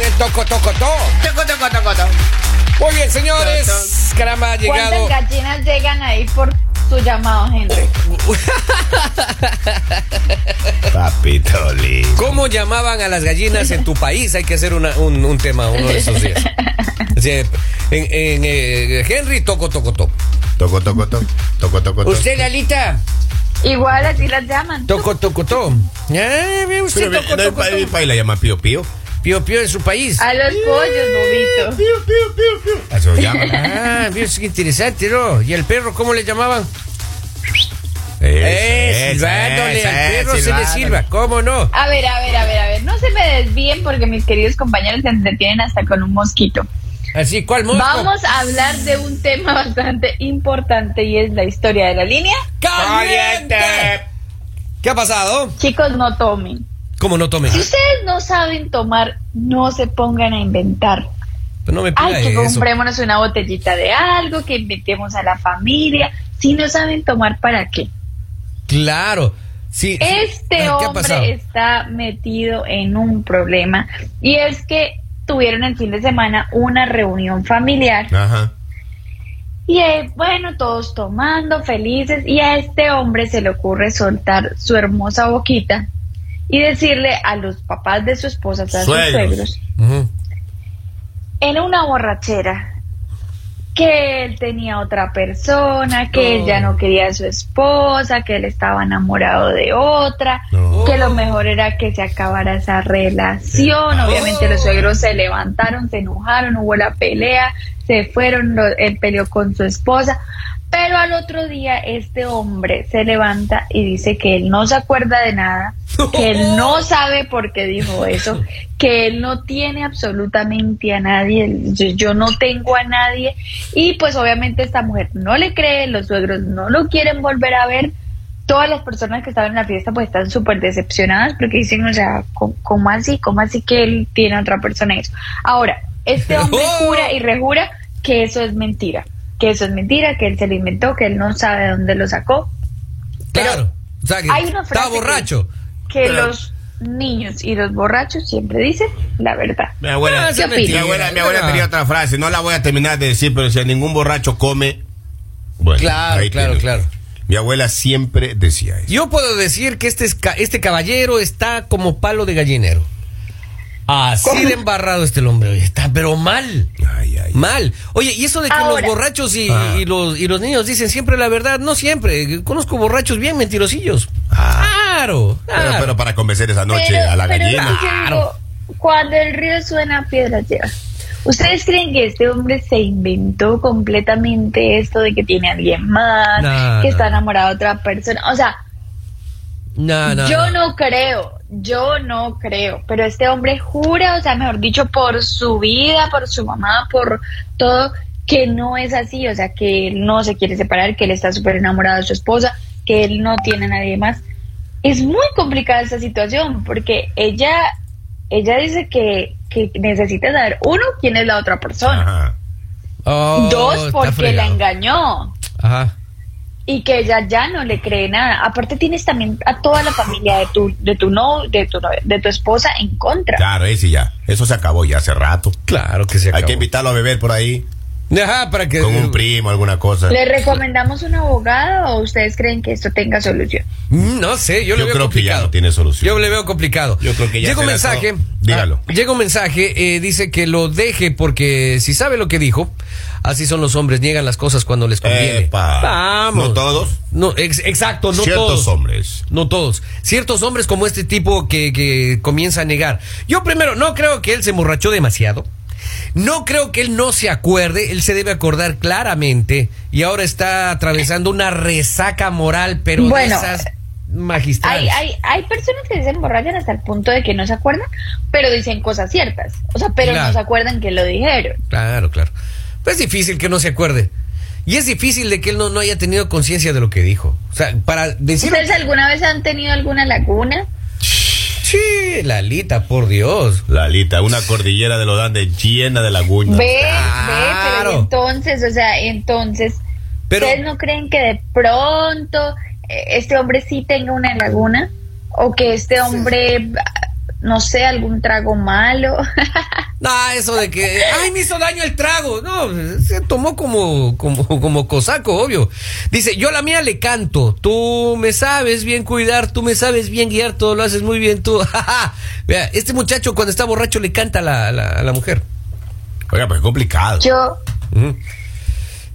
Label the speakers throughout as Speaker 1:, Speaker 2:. Speaker 1: tocotó.
Speaker 2: Toco, toco, toco, toco.
Speaker 1: Muy bien, señores. Caramba, ha llegado.
Speaker 3: ¿Cuántas gallinas llegan ahí por su llamado, Henry?
Speaker 4: Papito lindo.
Speaker 1: ¿Cómo llamaban a las gallinas en tu país? Hay que hacer una- un, un tema uno de esos días. Sí, en, en, eh, Henry, toco, toco, toco.
Speaker 4: Toco, toco, toco. Toco, toco, toco.
Speaker 1: Usted, Lalita,
Speaker 3: Igual así las llaman.
Speaker 1: toco, toco, toco. Ah, ve
Speaker 4: Pero
Speaker 1: usted
Speaker 4: mi-
Speaker 1: toco,
Speaker 4: no,
Speaker 1: toco,
Speaker 4: mi pa- mi
Speaker 1: toco.
Speaker 4: país la llama Pío Pío.
Speaker 1: Pío, pío en su país.
Speaker 3: A los pollos, bobito.
Speaker 4: Pío, Pío, Pío, Pío. Eso llama.
Speaker 1: Ah, es interesante, ¿no? ¿Y el perro cómo le llamaban? Eh, silbándole, al perro se le silba, ¿cómo no?
Speaker 3: A ver, a ver, a ver, a ver. No se me desvíen porque mis queridos compañeros se entretienen hasta con un mosquito.
Speaker 1: Así, ¿cuál mosco?
Speaker 3: Vamos a hablar de un tema bastante importante y es la historia de la línea.
Speaker 1: ¡Caliente! ¿Qué ha pasado?
Speaker 3: Chicos, no tomen.
Speaker 1: ¿Cómo no tomen?
Speaker 3: Si ustedes no saben tomar, no se pongan a inventar.
Speaker 1: No me pida
Speaker 3: Ay, que
Speaker 1: eso.
Speaker 3: comprémonos una botellita de algo, que invitemos a la familia. Si no saben tomar, ¿para qué?
Speaker 1: Claro. Sí.
Speaker 3: Este
Speaker 1: Ah, ¿Qué ha pasado?
Speaker 3: hombre está metido en un problema y es que tuvieron el fin de semana una reunión familiar
Speaker 4: Ajá.
Speaker 3: y eh, bueno, todos tomando, felices y a este hombre se le ocurre soltar su hermosa boquita y decirle a los papás de su esposa, o sea, a sus
Speaker 4: Suegros.
Speaker 3: suegros,
Speaker 1: Ujú.
Speaker 3: en una borrachera que él tenía otra persona, que
Speaker 1: No.
Speaker 3: él ya no quería a su esposa, que él estaba enamorado de otra,
Speaker 4: No.
Speaker 3: que lo mejor era que se acabara esa relación. Obviamente
Speaker 1: Oh.
Speaker 3: los suegros se levantaron, se enojaron, hubo la pelea, se fueron, lo- él peleó con su esposa. Pero al otro día este hombre se levanta y dice que él no se acuerda de nada, que él no sabe por qué dijo eso, que él no tiene absolutamente a nadie, él- yo, yo no tengo a nadie y pues obviamente esta mujer no le cree, los suegros no lo quieren volver a ver, todas las personas que estaban en la fiesta pues están súper decepcionadas porque dicen, o sea, ¿cómo, cómo así? ¿Cómo así que él tiene a otra persona y eso? Ahora, este hombre
Speaker 1: ¡Oh!
Speaker 3: jura y rejura que eso es mentira, que eso es mentira, que él se lo inventó, que él no sabe de dónde lo sacó,
Speaker 1: Claro. O sea, que
Speaker 3: hay una
Speaker 1: estaba
Speaker 3: frase que-
Speaker 1: borracho.
Speaker 3: que
Speaker 4: Pero-
Speaker 3: los niños y los borrachos siempre dicen la verdad.
Speaker 4: Mi abuela,
Speaker 1: Ah, esa
Speaker 3: ¿Qué
Speaker 4: mi
Speaker 1: mentira.
Speaker 4: abuela, mi abuela
Speaker 1: Ah.
Speaker 4: tenía otra frase, no la voy a terminar de decir, pero si a ningún borracho come. Bueno,
Speaker 1: Claro,
Speaker 4: ahí
Speaker 1: claro,
Speaker 4: tiene.
Speaker 1: claro.
Speaker 4: Mi abuela siempre decía eso.
Speaker 1: Yo puedo decir que este, es ca- este caballero está como palo de gallinero. Así de embarrado este el hombre. oye, Está, pero mal.
Speaker 4: Ay, ay.
Speaker 1: Mal. Oye, y eso de que
Speaker 3: Ahora.
Speaker 1: los borrachos y,
Speaker 4: Ah.
Speaker 1: y los, y los niños dicen siempre la verdad, no siempre. Conozco borrachos bien mentirosillos.
Speaker 4: Ah.
Speaker 1: Claro.
Speaker 4: Pero,
Speaker 1: claro.
Speaker 4: pero para convencer esa noche
Speaker 3: Pero-
Speaker 4: a la
Speaker 3: pero
Speaker 4: gallina.
Speaker 3: es que yo digo, cuando el río suena, piedras lleva. ¿Ustedes creen que este hombre se inventó completamente esto de que tiene a alguien más,
Speaker 1: No,
Speaker 3: que
Speaker 1: no.
Speaker 3: está enamorado de otra persona? O sea,
Speaker 1: No, no,
Speaker 3: yo no creo, yo no creo, pero este hombre jura, o sea, mejor dicho, por su vida, por su mamá, por todo, que no es así, o sea, que él no se quiere separar, que él está súper enamorado de su esposa, que él no tiene a nadie más. Es muy complicada esta situación porque ella, ella dice que, que necesita saber, uno, quién es la otra persona,
Speaker 4: Ajá.
Speaker 1: Oh,
Speaker 3: dos,
Speaker 1: está
Speaker 3: porque la
Speaker 1: fregado.
Speaker 3: engañó.
Speaker 1: Ajá.
Speaker 3: y que ella ya no le cree nada. Aparte tienes también a toda la familia de tu de tu no de tu novia- de tu esposa en contra.
Speaker 4: Claro, ahí sí ya. Eso se acabó ya hace rato.
Speaker 1: Claro que se
Speaker 4: Hay
Speaker 1: acabó. Eh,
Speaker 4: que invitarlo a beber por ahí
Speaker 1: Ajá, para que.
Speaker 4: con un primo, alguna cosa.
Speaker 3: ¿Le recomendamos un abogado o ustedes creen que esto tenga solución?
Speaker 1: Mm, No sé, yo, le
Speaker 4: Yo
Speaker 1: veo
Speaker 4: creo que
Speaker 1: complicado.
Speaker 4: ya no tiene solución.
Speaker 1: Yo le veo complicado.
Speaker 4: Yo creo que ya
Speaker 1: Llega un
Speaker 4: será
Speaker 1: mensaje.
Speaker 4: todo. Dígalo.
Speaker 1: ah, llega un mensaje, eh, dice que lo deje porque si sabe lo que dijo, así son los hombres, niegan las cosas cuando les conviene.
Speaker 4: Epa.
Speaker 1: Vamos.
Speaker 4: ¿No todos?
Speaker 1: No, ex- exacto, no
Speaker 4: Ciertos
Speaker 1: todos.
Speaker 4: hombres.
Speaker 1: No todos. Ciertos hombres como este tipo que, que comienza a negar. Yo primero, no creo que él se emborrachó demasiado. No creo que él no se acuerde, él se debe acordar claramente y ahora está atravesando una resaca moral, pero de
Speaker 3: Bueno,
Speaker 1: esas magistrales.
Speaker 3: Hay, hay, hay personas que se emborrachan hasta el punto de que no se acuerdan, pero dicen cosas ciertas. O sea, pero
Speaker 1: Claro.
Speaker 3: no se acuerdan que lo dijeron.
Speaker 1: Claro, claro. Pues es difícil que no se acuerde. Y es difícil de que él no, no haya tenido conciencia de lo que dijo. O sea, para decir...
Speaker 3: ¿Ustedes alguna vez han tenido alguna laguna?
Speaker 1: Sí, Lalita, por Dios.
Speaker 4: Lalita, una cordillera de los Andes llena de lagunas.
Speaker 3: Ve, ve,
Speaker 1: Claro.
Speaker 3: pero y entonces, o sea, entonces,
Speaker 1: Pero-
Speaker 3: ¿ustedes no creen que de pronto eh, este hombre sí tenga una laguna? ¿O que este hombre ah, no sé, algún trago malo.
Speaker 1: Ah, eso de que, ay, me hizo daño el trago. No, se tomó como, como, como cosaco, obvio. Dice, yo la mía le canto. Tú me sabes bien cuidar, tú me sabes bien guiar, todo lo haces muy bien tú. Vea, este muchacho cuando está borracho le canta a la, a la, a la mujer.
Speaker 4: Oiga, pues es complicado.
Speaker 3: Yo,
Speaker 1: Ujú.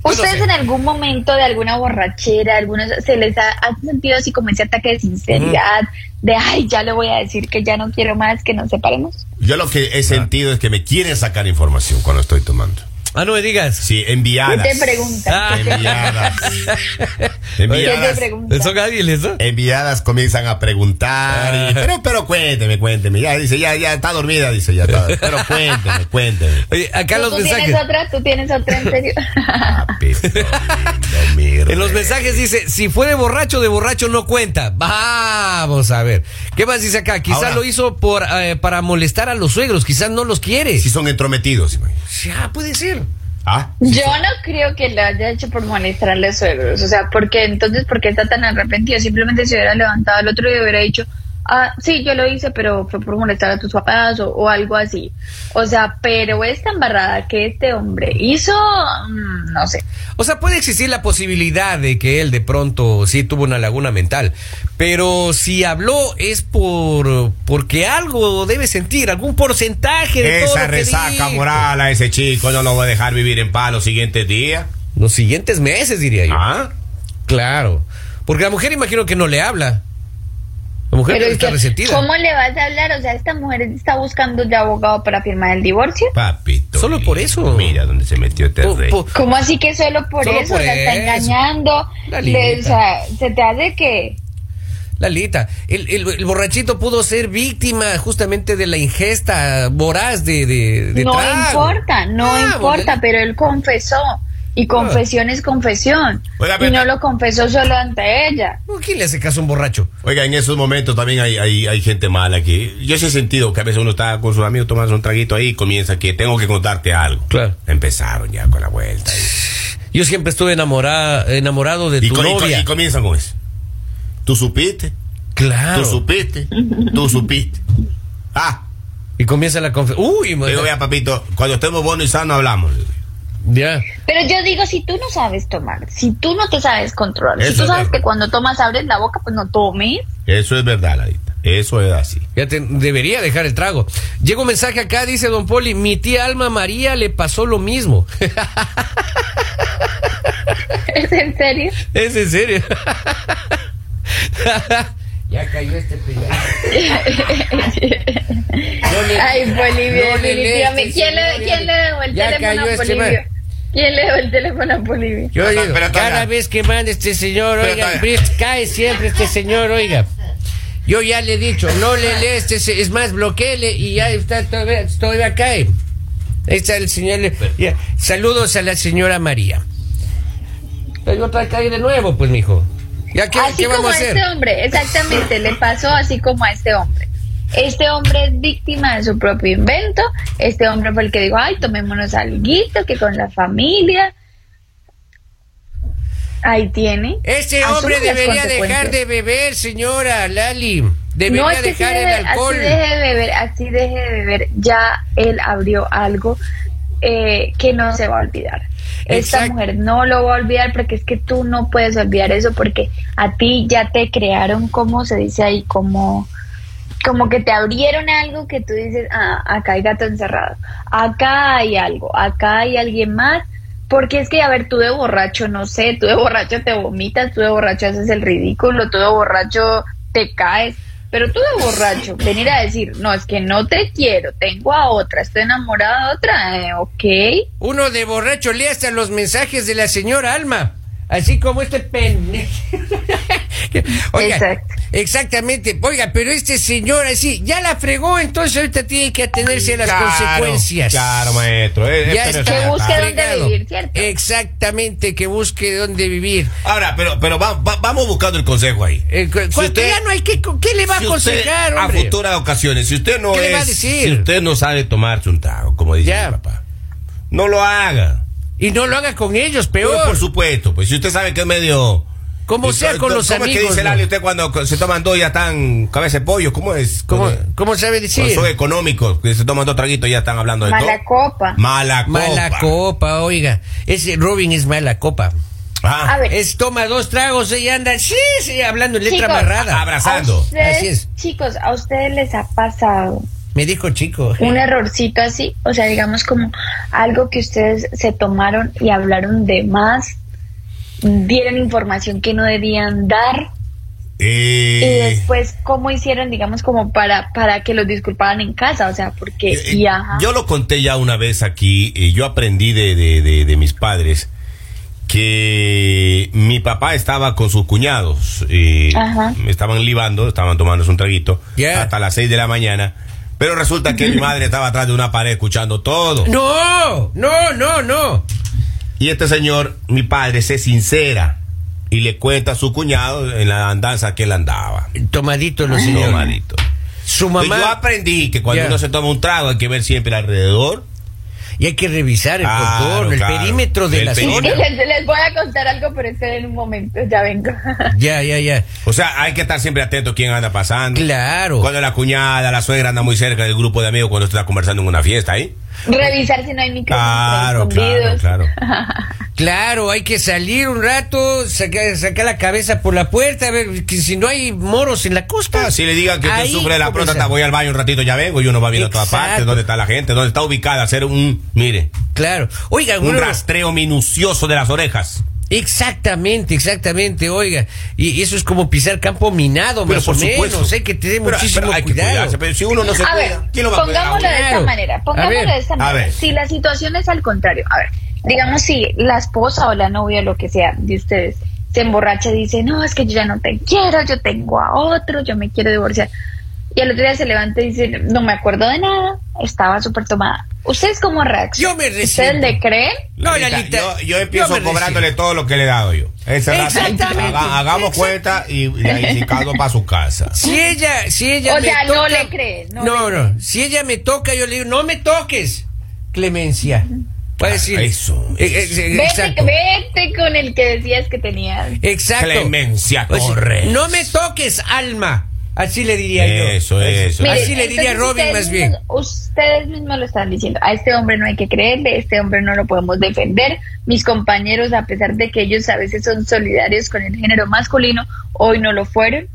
Speaker 1: Yo no
Speaker 3: ¿ustedes
Speaker 1: sé.
Speaker 3: en algún momento de alguna borrachera, algunos se les ha, han sentido así como ese ataque de sinceridad, de ay, ya le voy a decir que ya no quiero más, que nos separemos?
Speaker 4: Yo lo que he sentido es que me quieren sacar información cuando estoy tomando.
Speaker 1: Ah, no me digas.
Speaker 4: Sí, enviadas.
Speaker 3: ¿Qué te preguntan?
Speaker 1: Ah.
Speaker 4: Enviadas.
Speaker 3: ¿Qué te
Speaker 4: enviadas.
Speaker 3: preguntan?
Speaker 1: Son hábiles, ¿no?
Speaker 4: Enviadas comienzan a preguntar. y,
Speaker 1: Eh.
Speaker 4: pero, pero cuénteme, cuénteme. Ya dice, ya, ya está dormida, dice ya. Está, pero cuénteme, cuénteme.
Speaker 1: Oye, acá
Speaker 3: ¿Tú,
Speaker 1: los
Speaker 3: tú
Speaker 1: mensajes.
Speaker 3: tienes otra? ¿Tú tienes otra en serio?
Speaker 4: Papito lindo, mi
Speaker 1: En los
Speaker 4: rey.
Speaker 1: mensajes dice, si fue de borracho, de borracho no cuenta. Vamos a ver. ¿Qué más dice acá? Quizás
Speaker 4: Ahora-
Speaker 1: lo hizo por, eh, para molestar a los suegros, quizás no los quiere.
Speaker 4: Si son entrometidos, imagínate.
Speaker 1: Pues Ya, puede ser.
Speaker 4: Ah,
Speaker 3: Yo no creo que lo haya hecho por molestar a los suegros, o sea, porque entonces, ¿por qué está tan arrepentido? Simplemente se hubiera levantado al otro día y hubiera dicho, ah, sí, yo lo hice, pero fue por molestar a tus papás o, o algo así. O sea, pero esta embarrada que este hombre hizo, mm, no sé.
Speaker 1: O sea, puede existir la posibilidad de que él de pronto sí tuvo una laguna mental, pero si habló es por porque algo debe sentir, algún porcentaje de todo
Speaker 4: esa
Speaker 1: lo que
Speaker 4: resaca
Speaker 1: dijo.
Speaker 4: moral a ese chico no lo voy a dejar vivir en paz los siguientes días.
Speaker 1: Los siguientes meses diría yo.
Speaker 4: Ah,
Speaker 1: Claro, porque la mujer imagino que no le habla. La mujer
Speaker 3: Pero
Speaker 1: debe
Speaker 3: es
Speaker 1: estar
Speaker 3: que,
Speaker 1: resentida.
Speaker 3: ¿Cómo le vas a hablar? O sea, esta mujer está buscando de abogado para firmar el divorcio.
Speaker 4: papito.
Speaker 1: Solo por eso.
Speaker 4: Mira dónde se metió este
Speaker 1: Po-
Speaker 4: rey.
Speaker 1: po-
Speaker 3: ¿Cómo así que solo por
Speaker 1: Solo
Speaker 3: eso
Speaker 1: por
Speaker 3: la está
Speaker 1: eso.
Speaker 3: engañando?
Speaker 1: Lalita.
Speaker 3: Le- o sea, se te hace que...
Speaker 1: Lalita, el, el- el borrachito pudo ser víctima justamente de la ingesta voraz de, de, de
Speaker 3: no
Speaker 1: trago.
Speaker 3: importa, no
Speaker 1: Ah,
Speaker 3: importa,
Speaker 1: bueno.
Speaker 3: pero él confesó. Y confesión es confesión.
Speaker 4: Oiga,
Speaker 3: y
Speaker 4: pero-
Speaker 3: no lo confesó solo ante ella.
Speaker 1: ¿Quién le hace caso a un borracho?
Speaker 4: Oiga, en esos momentos también hay, hay, hay gente mala aquí. Yo sí he sentido que a veces uno está con sus amigos tomando un traguito ahí y comienza que tengo que contarte algo.
Speaker 1: Claro.
Speaker 4: Empezaron ya con la vuelta. Y,
Speaker 1: Yo siempre estuve enamorada, enamorado de
Speaker 4: y
Speaker 1: tu
Speaker 4: co- y co-
Speaker 1: novia.
Speaker 4: y comienzan con eso. Tú supiste,
Speaker 1: claro.
Speaker 4: tú supiste, tú supiste. Ah,
Speaker 1: y comienza la confesión. Uy,
Speaker 4: le
Speaker 1: madre.
Speaker 4: digo, vea, papito, cuando estemos buenos y sanos hablamos. le digo.
Speaker 1: ya.
Speaker 3: Pero yo digo, si tú no sabes tomar, si tú no te sabes controlar, si
Speaker 4: Eso
Speaker 3: tú
Speaker 4: es
Speaker 3: sabes
Speaker 4: verdad.
Speaker 3: que cuando tomas abres la boca, pues no tomes.
Speaker 4: Eso es verdad, Ladita. Eso es así.
Speaker 1: Ya te- debería dejar el trago. Llega un mensaje acá, dice Don Poli, mi tía Alma María le pasó lo mismo.
Speaker 3: ¿Es en serio?
Speaker 1: es en serio. ya cayó este pelado. No le-
Speaker 3: Ay, Bolivia,
Speaker 1: no le
Speaker 3: definitivamente.
Speaker 1: lees, señor,
Speaker 3: ¿Quién, le, ¿Quién le dejó el
Speaker 1: ya
Speaker 3: teléfono
Speaker 1: cayó
Speaker 3: a
Speaker 1: este man.
Speaker 3: Bolivia? ¿Quién le dejó el teléfono a Bolivia?
Speaker 1: Yo
Speaker 4: Pero,
Speaker 1: digo,
Speaker 4: pero,
Speaker 1: cada
Speaker 4: Toña.
Speaker 1: vez que manda este señor,
Speaker 4: Pero,
Speaker 1: oiga,
Speaker 4: Toña.
Speaker 1: Brits, cae siempre este señor, oiga. Yo ya le he dicho, no le lee este, se- es más, bloqueele y ya está, todavía, todavía cae. Ahí está el señor. le- ya. Saludos a la señora María. Pero otra cae de nuevo, pues, mijo. ¿Ya qué,
Speaker 3: así
Speaker 1: qué
Speaker 3: como
Speaker 1: vamos a hacer?
Speaker 3: este hombre, exactamente, le pasó así como a este hombre. Este hombre es víctima de su propio invento. Este hombre fue el que dijo, ay, tomémonos alguito, que con la familia. Ahí tiene.
Speaker 1: Este
Speaker 3: Asuma
Speaker 1: hombre
Speaker 3: las
Speaker 1: debería dejar
Speaker 3: consecuencias.
Speaker 1: de beber, señora Lali. Debería
Speaker 3: No, es que sí
Speaker 1: dejar
Speaker 3: debe-
Speaker 1: el alcohol.
Speaker 3: Así deje de beber, así deje de beber. Ya él abrió algo eh, que no se va a olvidar. Esta
Speaker 1: Exacto.
Speaker 3: mujer no lo va a olvidar porque es que tú no puedes olvidar eso porque a ti ya te crearon, como se dice ahí, como como que te abrieron algo que tú dices, ah, acá hay gato encerrado, acá hay algo, acá hay alguien más, porque es que, a ver, tú de borracho, no sé, tú de borracho te vomitas, tú de borracho haces el ridículo, tú de borracho te caes, pero tú de borracho, venir a decir, no, es que no te quiero, tengo a otra, estoy enamorada de otra, eh, ok.
Speaker 1: Uno de borracho lee hasta los mensajes de la señora Alma. Así como este pen. Oiga,
Speaker 3: Exacto.
Speaker 1: Exactamente. Oiga, pero este señor así, ya la fregó, entonces ahorita tiene que atenerse a las
Speaker 4: Claro,
Speaker 1: consecuencias.
Speaker 4: Claro, maestro. Eh,
Speaker 1: Ya
Speaker 4: eh, pero
Speaker 1: está
Speaker 4: eso
Speaker 3: Que busque dónde
Speaker 1: fregado.
Speaker 3: vivir, ¿cierto?
Speaker 1: Exactamente, que busque dónde vivir.
Speaker 4: Ahora, pero, pero va- va- vamos buscando el consejo ahí.
Speaker 1: Eh, cu-
Speaker 4: Si
Speaker 1: cuando
Speaker 4: usted-
Speaker 1: ya no hay que, ¿qué le va
Speaker 4: Si
Speaker 1: a
Speaker 4: usted,
Speaker 1: aconsejar,
Speaker 4: a
Speaker 1: hombre?
Speaker 4: futuras ocasiones, si usted no
Speaker 1: ¿Qué
Speaker 4: es,
Speaker 1: le va a decir?
Speaker 4: si usted no sabe tomarse un trago, como dice
Speaker 1: Ya.
Speaker 4: mi papá, no lo haga.
Speaker 1: Y no lo haga con ellos,
Speaker 4: Pues,
Speaker 1: peor.
Speaker 4: por supuesto, pues si usted sabe que es medio
Speaker 1: Como
Speaker 4: Y
Speaker 1: sea
Speaker 4: co-
Speaker 1: con
Speaker 4: co-
Speaker 1: los
Speaker 4: ¿cómo es que
Speaker 1: amigos.
Speaker 4: dice
Speaker 1: ¿no?
Speaker 4: Lali, usted cuando co- se toman dos ya están cabeza de pollo? ¿Cómo es?
Speaker 1: ¿Cómo,
Speaker 4: Cuando-
Speaker 1: cómo sabe
Speaker 4: cuando
Speaker 1: decir?
Speaker 4: son económicos, que se toman dos traguitos ya están hablando de
Speaker 3: Mala
Speaker 4: todo.
Speaker 3: copa.
Speaker 4: Mala copa.
Speaker 1: Mala copa, oiga. Ese Robin es mala copa.
Speaker 4: Ah,
Speaker 3: A ver.
Speaker 1: Es toma dos tragos y anda, sí, sí, hablando en letra
Speaker 3: Chicos.
Speaker 1: amarrada.
Speaker 3: A
Speaker 4: abrazando.
Speaker 3: ustedes,
Speaker 1: Así es.
Speaker 3: Chicos, ¿a ustedes les ha pasado
Speaker 1: Me dijo chico.
Speaker 3: un errorcito así? O sea, digamos como algo que ustedes se tomaron y hablaron de más, dieron información que no debían dar. Y
Speaker 4: Eh,
Speaker 3: después, ¿cómo hicieron, digamos, como para, para que los disculparan en casa? O sea, porque,
Speaker 4: eh,
Speaker 3: y ajá.
Speaker 4: Yo lo conté ya una vez aquí. eh, yo aprendí de, de- de- de mis padres que mi papá estaba con sus cuñados. eh,
Speaker 3: Ajá.
Speaker 4: Estaban libando, estaban tomándose un traguito
Speaker 1: Ya.
Speaker 4: hasta las 6 de la mañana. Pero resulta que mi madre estaba atrás de una pared escuchando todo.
Speaker 1: No, no, no, no.
Speaker 4: Y este señor, mi padre, se sincera y le cuenta a su cuñado en la andanza que él andaba.
Speaker 1: Tomadito los
Speaker 4: No,
Speaker 1: señores.
Speaker 4: manito.
Speaker 1: Su
Speaker 4: Entonces, Yo
Speaker 1: mamá.
Speaker 4: aprendí que cuando
Speaker 1: Ya.
Speaker 4: uno se toma un trago hay que ver siempre alrededor.
Speaker 1: Y hay que revisar el
Speaker 4: Claro,
Speaker 1: contorno, el
Speaker 4: claro.
Speaker 1: perímetro de
Speaker 4: El
Speaker 1: la
Speaker 4: perímetro.
Speaker 1: zona.
Speaker 3: les, les voy a contar algo, pero esperen un momento, ya vengo.
Speaker 1: Ya, ya, ya.
Speaker 4: O sea, hay que estar siempre atento a quién anda pasando.
Speaker 1: Claro.
Speaker 4: Cuando la cuñada, la suegra anda muy cerca del grupo de amigos cuando está conversando en una fiesta ¿eh? ahí.
Speaker 3: Revisar si no hay micrófonos
Speaker 4: Claro, claro,
Speaker 3: escondidos.
Speaker 4: claro.
Speaker 1: Claro, hay que salir un rato, sacar, sacar la cabeza por la puerta, a ver que si no hay moros en la costa.
Speaker 4: Ah, si le digan que usted
Speaker 1: ahí
Speaker 4: sufre de la
Speaker 1: comenzamos.
Speaker 4: próstata, voy al baño un ratito, ya vengo, y uno va viendo a todas
Speaker 1: Exacto.
Speaker 4: partes, dónde está la gente, dónde está ubicada, hacer un, mire,
Speaker 1: Claro. Oiga,
Speaker 4: un
Speaker 1: uno-
Speaker 4: rastreo minucioso de las orejas.
Speaker 1: Exactamente, exactamente, oiga. Y y eso es como pisar campo minado,
Speaker 4: Pero
Speaker 1: más
Speaker 4: por
Speaker 1: o
Speaker 4: supuesto.
Speaker 1: menos. Hay que tener
Speaker 4: Pero-
Speaker 1: muchísimo
Speaker 4: pero hay que
Speaker 1: cuidado.
Speaker 4: cuidarse, pero si uno no se
Speaker 3: A ver,
Speaker 4: cuida, ¿quién lo va a cuidar? a uno?
Speaker 3: pongámoslo de esta
Speaker 1: Claro.
Speaker 3: manera.
Speaker 1: A ver,
Speaker 3: Pongámoslo de esta
Speaker 4: a
Speaker 3: manera.
Speaker 4: ver.
Speaker 3: Si la situación es al contrario, a ver, digamos si la esposa o la novia o lo que sea de ustedes se emborracha y dice, no, es que yo ya no te quiero, yo tengo a otro, yo me quiero divorciar. Y al otro día se levanta y dice, no me acuerdo de nada, estaba súper tomada. ¿Ustedes cómo reaccionan?
Speaker 1: Yo me
Speaker 3: ¿Ustedes
Speaker 1: resiento.
Speaker 3: le creen?
Speaker 1: No,
Speaker 4: Lalita,
Speaker 1: Lalita,
Speaker 4: yo, yo empiezo
Speaker 1: yo me
Speaker 4: cobrándole
Speaker 1: resisto.
Speaker 4: todo lo que le he dado yo. Ese rato,
Speaker 1: Exactamente.
Speaker 4: haga- hagamos
Speaker 1: Exact-
Speaker 4: cuenta y, y ahí para su casa.
Speaker 1: Si ella, si ella
Speaker 3: O
Speaker 1: me
Speaker 3: sea, no
Speaker 1: toca-
Speaker 3: le cree,
Speaker 1: No,
Speaker 3: no
Speaker 1: no,
Speaker 3: le
Speaker 1: Si ella me toca, yo le digo, no me toques, Clemencia. Va a decir.
Speaker 4: Ah, Eso,
Speaker 1: Eh, eh, eh,
Speaker 3: Vete,
Speaker 1: exacto.
Speaker 3: vete con el que decías que tenías.
Speaker 1: Exacto.
Speaker 4: Clemencia
Speaker 1: Va a decir,
Speaker 4: Torres.
Speaker 1: No me toques, alma. Así le diría yo.
Speaker 4: Eso, eso.
Speaker 1: Así
Speaker 3: Miren,
Speaker 1: le diría
Speaker 3: entonces
Speaker 1: Robin
Speaker 3: ustedes
Speaker 1: más bien.
Speaker 3: mismos- ustedes mismos lo están diciendo. A este hombre no hay que creerle, este hombre no lo podemos defender. Mis compañeros, a pesar de que ellos a veces son solidarios con el género masculino, hoy no lo fueron.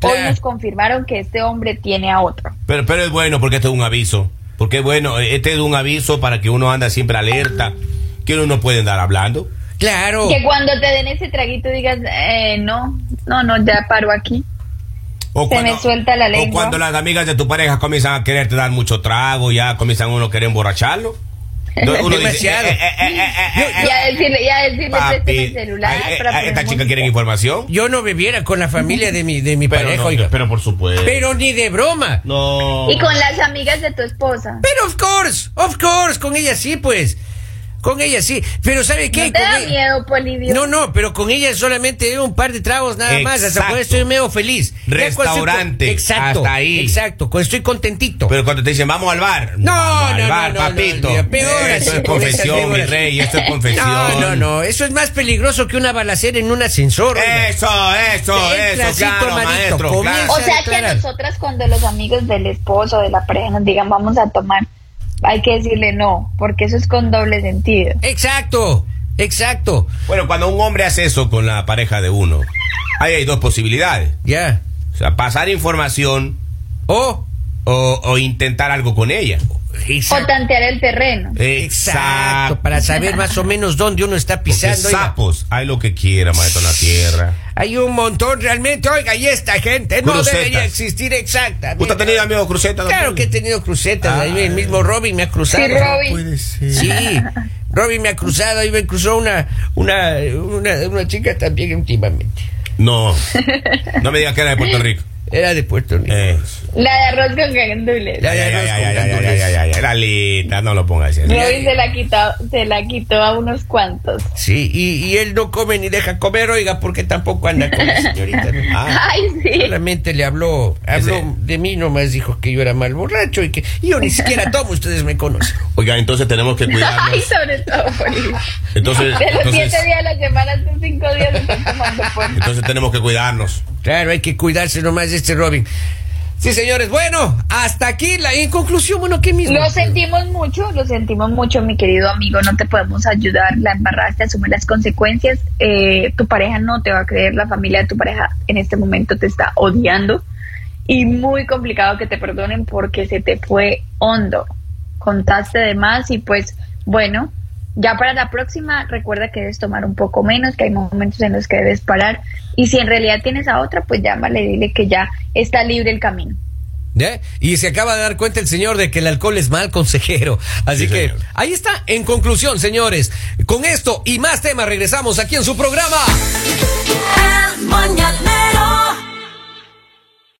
Speaker 3: Hoy
Speaker 1: Claro.
Speaker 3: nos confirmaron que este hombre tiene a otro.
Speaker 4: Pero, pero es bueno porque este es un aviso. Porque es bueno, este es un aviso para que uno anda siempre alerta. Que uno no puede andar hablando. Oh.
Speaker 1: Claro.
Speaker 3: Que cuando te den ese traguito digas, eh, no, no, no, ya paro aquí.
Speaker 4: O
Speaker 3: Se me suelta la
Speaker 4: O
Speaker 3: lengua.
Speaker 4: cuando las amigas de tu pareja comienzan a quererte dar mucho trago, ya comienzan uno a querer emborracharlo. Entonces uno dice,
Speaker 1: Demasiado.
Speaker 4: eh, eh, eh, eh, eh, eh,
Speaker 3: y a decirle, y a decirle,
Speaker 4: papi,
Speaker 3: "Préstame el celular.
Speaker 4: ay, eh,
Speaker 3: para
Speaker 4: ay, esta
Speaker 3: poner
Speaker 4: chica quiere
Speaker 3: música".
Speaker 4: información.
Speaker 1: Yo no bebiera con la familia de mi, de mi
Speaker 4: Pero,
Speaker 1: pareja,
Speaker 4: no,
Speaker 1: oiga. Pero,
Speaker 4: pero por supuesto.
Speaker 1: ni de broma.
Speaker 4: No.
Speaker 3: Y con las amigas de tu esposa.
Speaker 1: Pero of course, of course, con ella sí, pues. Con ella sí. Pero ¿sabe qué?
Speaker 3: ¿No te
Speaker 1: Con
Speaker 3: da
Speaker 1: ella-
Speaker 3: miedo, Polivio?
Speaker 1: No, no, pero con ella solamente bebo un par de tragos nada más. Hasta
Speaker 4: Exacto.
Speaker 1: cuando estoy medio feliz. Ya cuando estoy con-
Speaker 4: Restaurante,
Speaker 1: Exacto.
Speaker 4: hasta ahí.
Speaker 1: Exacto. Cuando estoy contentito.
Speaker 4: Pero cuando te dicen, vamos al bar.
Speaker 1: No,
Speaker 4: vamos
Speaker 1: no,
Speaker 4: al
Speaker 1: no,
Speaker 4: bar,
Speaker 1: no, no,
Speaker 4: papito.
Speaker 1: no, peor
Speaker 4: Eso
Speaker 1: así,
Speaker 4: es
Speaker 1: peor
Speaker 4: confesión, mi
Speaker 1: así.
Speaker 4: rey, eso es confesión.
Speaker 1: no, no, no. Eso es más peligroso que una balacera en un ascensor. oiga.
Speaker 4: Eso, eso,
Speaker 1: Entra
Speaker 4: eso,
Speaker 1: así
Speaker 4: claro,
Speaker 1: tomadito,
Speaker 4: maestro.
Speaker 1: comienza.
Speaker 4: claro.
Speaker 3: O sea que
Speaker 1: declarar.
Speaker 3: nosotras cuando los amigos del esposo o de la pareja nos digan vamos a tomar, hay que decirle no, porque eso es con doble sentido.
Speaker 1: Exacto. Exacto.
Speaker 4: Bueno, cuando un hombre hace eso con la pareja de uno, ahí hay dos posibilidades.
Speaker 1: Ya.
Speaker 4: O sea, pasar información
Speaker 1: O.
Speaker 4: o, o intentar algo con ella.
Speaker 3: O tantear el terreno.
Speaker 4: Eh.
Speaker 1: Exacto, para saber más o menos dónde uno está
Speaker 4: Porque
Speaker 1: pisando. oiga.
Speaker 4: sapos, hay lo que quiera, maestro, en la tierra.
Speaker 1: Hay un montón realmente, oiga, y esta gente no
Speaker 4: Crucetas.
Speaker 1: debería existir exacta.
Speaker 4: ¿Usted ha tenido amigos crucetas?
Speaker 1: Claro que he tenido crucetas,
Speaker 4: Ah.
Speaker 1: ahí el mismo Robin me ha cruzado.
Speaker 3: Sí, Robin.
Speaker 4: Puede ser.
Speaker 1: Sí, Robin me ha cruzado, ahí me cruzó una, una, una, una chica también últimamente.
Speaker 4: No, no me digas que era de Puerto Rico.
Speaker 1: Era de Puerto Rico.
Speaker 4: Eh.
Speaker 3: La de arroz con gandules.
Speaker 1: Ya,
Speaker 4: Ay, ay, ay, ay, ay, ay, ay, ay, ay, Era linda, no lo pongas así.
Speaker 1: Ya,
Speaker 3: Robin
Speaker 1: ya.
Speaker 3: se la, quitó, se la quitó a unos cuantos.
Speaker 1: Sí, y, y él no come ni deja comer, oiga, porque tampoco anda con la señorita.
Speaker 4: Ah,
Speaker 3: Ay, sí.
Speaker 1: Solamente le habló,
Speaker 4: Ese-
Speaker 1: habló de mí nomás, dijo que yo era mal borracho y que yo ni siquiera tomo, ustedes me conocen.
Speaker 4: Oiga, entonces tenemos que
Speaker 3: Ay,
Speaker 4: cuidarnos.
Speaker 3: sobre todo por eso.
Speaker 4: Entonces,
Speaker 3: De los
Speaker 4: entonces,
Speaker 3: siete días a la semana, son cinco días están tomando pues. por-
Speaker 4: entonces tenemos que cuidarnos.
Speaker 1: Claro, hay que cuidarse nomás de este Robin. Sí, señores, bueno, hasta aquí la en conclusión, bueno, ¿qué mismo?
Speaker 3: Lo sentimos mucho, lo sentimos mucho, mi querido amigo. No te podemos ayudar. La embarraste, asume las consecuencias. Eh, tu pareja no te va a creer. La familia de tu pareja en este momento te está odiando. Y muy complicado que te perdonen porque se te fue hondo. Contaste de más y pues bueno, ya para la próxima recuerda que debes tomar un poco menos, que hay momentos en los que debes parar. Y si en realidad tienes a otra, pues llámale y dile que ya está libre el camino.
Speaker 1: ¿Ya? Y se acaba de dar cuenta el señor de que el alcohol es mal consejero. Así
Speaker 4: Sí,
Speaker 1: que
Speaker 4: señor.
Speaker 1: ahí está, en conclusión, señores. Con esto y más temas regresamos aquí en su programa.
Speaker 2: El mañanero